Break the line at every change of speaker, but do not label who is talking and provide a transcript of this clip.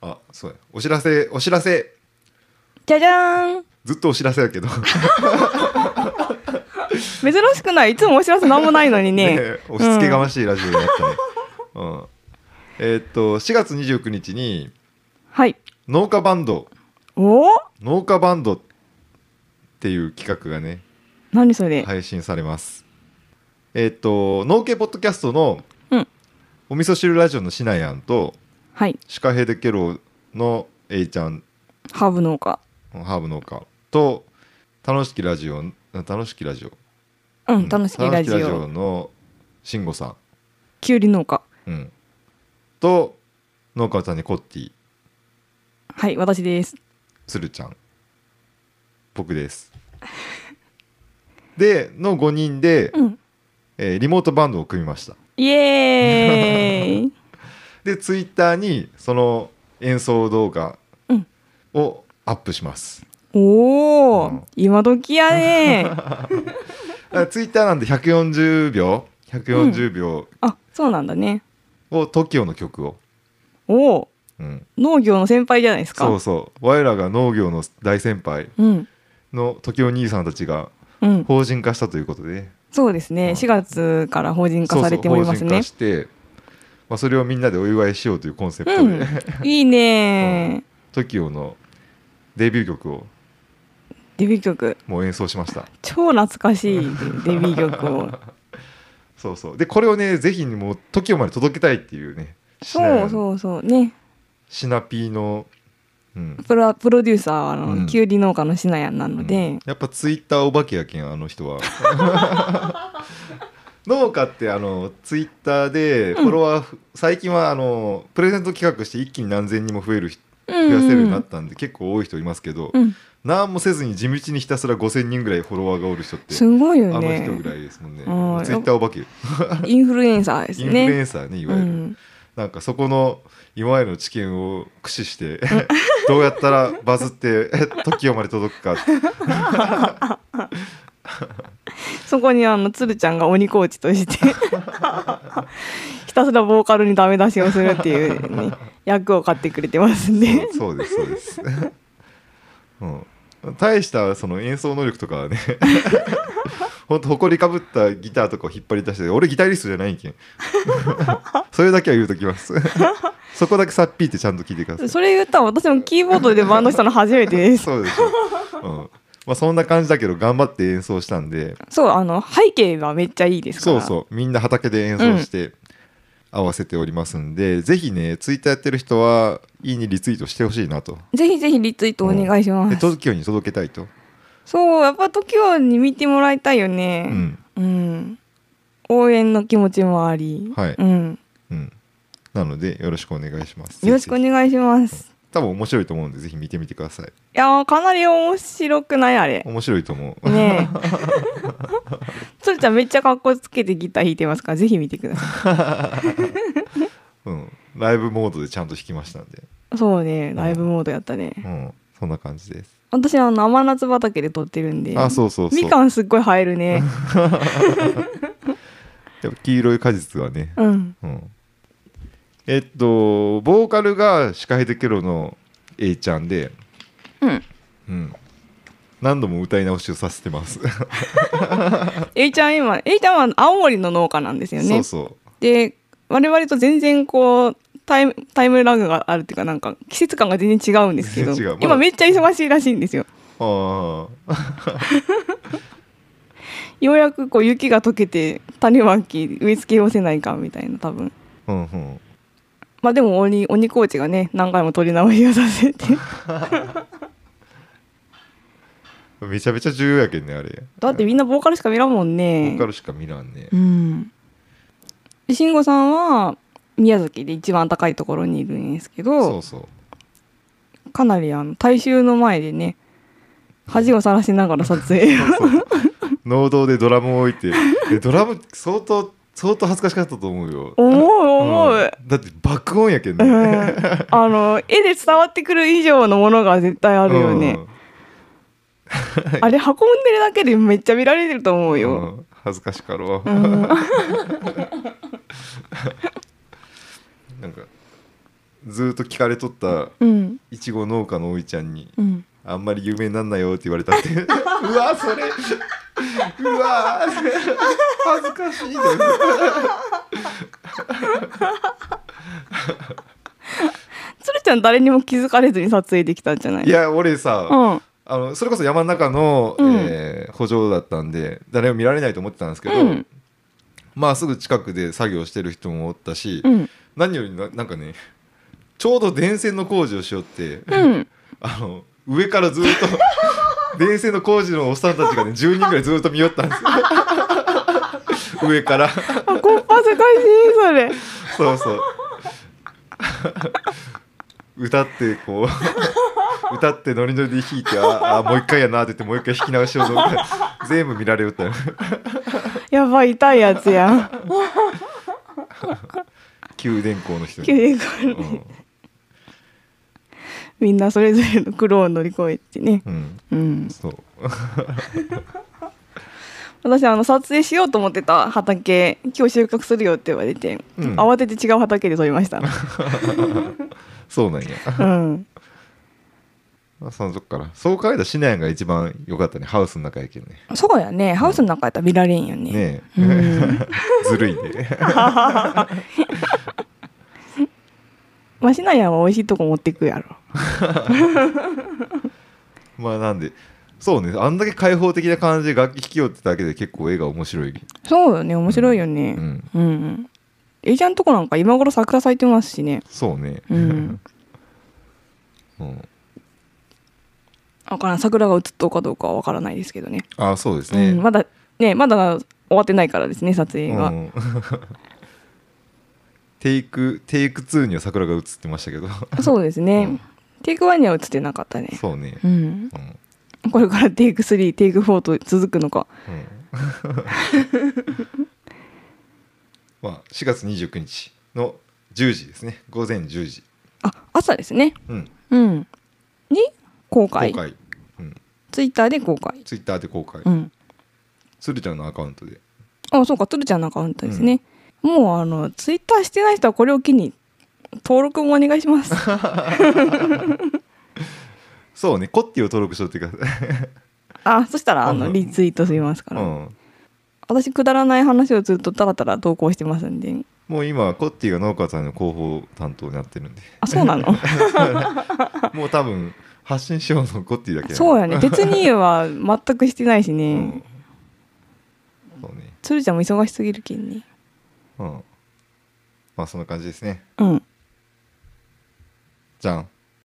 あそうやお知らせお知らせ
じゃじゃーん
ずっとお知らせやけど
珍しくないいつもお知らせなんもないのにね
え押し付けがましいラジオになったね、うんえーっと4月29日に
はい
農家バンド
おお
農家バンドっていう企画がね
何それ、
配信されますえーっと農家ポッドキャストの
うん
お味噌汁ラジオのシナヤンと
はい
シカヘデケロのエイちゃん
ハーブ農家
ハーブ農家と楽しきラジオ楽しきラジオ
う
うん
ん楽しいラジ
楽しき
オ
の慎吾さ
きゅうり農家
ん、うん、と農家さんにコッティ
はい私です
鶴ちゃん僕ですでの5人で、
うん
えーリモートバンドを組みました
イエ ーイ
でツイッターにその演奏動画
うん
をアップします、
おお、
うん
今時 やね
あツイッターなんで140秒140秒
あそうなんだね
を TOKIO の曲を、
おお
うん、
農業の先輩じゃないですか
そうそう我らが農業の大先輩
うん
の時お兄さんたちが
うん
法人化したということで
そうですね、
うん
4月から法人化
そう
さ
そ
れ
う
てお
法
ります
人化
ね
して、まあ、それをみんなでお祝いしようというコンセプト
う
で、
ん いいね
TOKIO のデビュー曲を
デビュー曲
もう演奏しました
超懐かしいデビュー曲を
そうそうでこれをねぜひにもう TOKIO まで届けたいっていうねシナ
そうそうそうね
シナピーの、うん
プロプロデューサーはあの、
うん
キュウリ農家のしなやんなの
うん
で、
やっぱツイッターお化けやけんあの人は 農家ってあのツイッターでフォロワー、最近はあのプレゼント企画して一気に何千人も増える人
うん
増
うん
やせるようになったんで、結構多い人いますけど、
うん
何もせずに地道にひたすら5,000人ぐらいフォロワーがおる人って、
すごい
あの
よ
人ぐ
ね
らいですもんね
うん
ツイッターお化けイ
インフルエンサーです
ンフルエ
ね
ンサーねいうわゆる、
ん、
なんかそこの今までの知見を駆使して どうやったらバズって TOKIO まで届くかって
そこにあの鶴ちゃんが鬼コーチとして ひたすらボーカルにダメ出しをするっていう、ね、役を買ってくれてますんで
そうそうですそうです、 うん、大したその演奏能力とかは ねほんと誇りかぶったギターとかを引っ張り出して俺ギタリストじゃ ないけんそれだけは言うときます そこだけさっぴいてちゃんと聞いてください
それ言ったら私もキーボードでバンドしたの初めてで す
そうでしょ、うんまあ、そんな感じだけど頑張って演奏したんで
そうあの背景がめっちゃいいですか
そう
ら
そうみんな畑で演奏して合わせておりますんで、ぜひねツイッターやってる人はいいにリツイートしてほしいなと
ぜひぜひリツイートお願いしま、
です東京に届けたいと、
そうやっぱ TOKIO に見てもらいたいよ
う
ね
ん
うん、応援の気持ちもあり、
はい
うん、
うん、なのでよろしくお願いします
よろしくお
ぜひぜ
願いしま
ひ
す
多分面白いと思うんでぜひ見てみてください
いやーかなり面白くないあれ
面白いと思う、
ねえ。つるちゃんめっちゃ格好つけてギター弾いてますから、ぜひ見てくださ
うん、ライブモードでちゃんと弾きましたんで、
い。そうね、ライブモードやったね。
うん、そんな感じです、
私、あの、甘夏畑で撮ってるんで。
あそうそうそう
みかんすっごい生えるね。
やっぱ黄色い果実はね、
うん。
うん、えっとボーカルがシカヘデケロの A ちゃんで、
うん。
うん、何度も歌い直しをさせてます、
えいちゃん今、えいちゃんは青森の農家なんですよね。
そうそう
で、我々と全然こう、タイムタイムラグがあるっていうかなんか季節感が全然違うんですけど、
全 然違うまだ
今めっちゃ忙しいらしいんですよ
ああ
ようやくこう雪が溶けて種まき植え付け寄せないかみたいな多分
うんうん
まあでも鬼鬼コーチがね何回も取り直しをさせて
めちゃめちゃ重要やけんねあれ
だってみんなボーカルしか見らんもん
ボ
ね
ーカルしか見らんね、
うんで慎吾さんは宮崎で一番高いところにいるんですけ
そ
ど
うそう
かなりあの大衆の前でね恥をさらしながら撮影
農道でドラムを置いてえドラム相当相当恥ずかしかったと思うよ
思う思う、
んだって爆音やけんね、
うんあの絵で伝わってくる以上のものが絶対あるよね、あれ運んでるだけでめっちゃ見られてると思う
うん、
よ、
うん恥ずかしかろう、 なんかずーっと聞かれとった
うん
いちご農家のおいちゃんに
うん
「あんまり有名になんなよ」って言われたって うわそれうわそれ恥ずかしいね
つるちゃん誰にも気づかれずに撮影できたんじゃない
いや俺さ、
うん
あのそれこそ山の中の、
うん
えー補助だったんで誰も見られないと思ってたんですけど、
うん
まあすぐ近くで作業してる人もおったし、
うん
何よりななんかねちょうど電線の工事をしよって、
うん
あの上からずっ と電線の工事のおっさんたちがね10人ぐらいずっと見よったんですよ上から
あこっぱずかしい それ
そうそう歌ってこう歌ってノリノリで弾いてああもう一回やなって言ってもう一回弾き直しようと思って全部見られよったよ
やばい痛いやつやん
九電工の人に、
急にこれ
うん
みんなそれぞれの苦労を乗り越えてね
うん、
うん
そう
私あの撮影しようと思ってた畑今日収穫するよって言われて、
うん
慌てて違う畑で撮り ました、
そうなんや
うん、
まあそのとこからそう考えたらシナヤンが一番良かったねハウスの中やけんね
そうやねハウスの中やったら見られんよね
ね
う
え
ん
ずるいね
マシナヤンは美味しいとこ持ってくやろ
まあなんでそうねあんだけ開放的な感じで楽器弾きよってだけで結構絵が面白い、
そうよね面白いよね
うん、
うんうんえいちゃんとこなんか今頃桜咲いてますしね
そうね
うん
うん
分からん桜が映っとうかどうかは分からないですけどね
ああそうですね、
うん、まだねまだ終わってないからですね撮影が、
うん テイクテイク2には桜が映ってました けど
そうです
う
ね
ん
テイク1には映ってなかったね
そうね、
うん
うん
これからテイク3テイク4と続くのか
うん、 まあ4月29日の10時ですね午前10時、
あ朝ですね
うん、
うんに公
公
開
開、うん、
ツイッターで公開
ツイッターで公開、
うん
つるちゃんのアカウントで
あそうかつるちゃんのアカウントですね、もうあのツイッターしてない人はこれを機に登録もお願いします
そうねコッティを登録しとってください、
あそしたらあ
う
の
ん
リツイートしますか
う
ら、
ん、
私くだらない話をずっとたらたら投稿してますんで
もう今コッティが農家さんの広報担当になってるんで
あそ うなの
もう多分発信しようのコッティだけ
そう
や、
やね別には全くしてないしね、
うん、そうね
つるちゃんも忙しすぎるけんね
うんまあそんな感じですね
うん
じゃん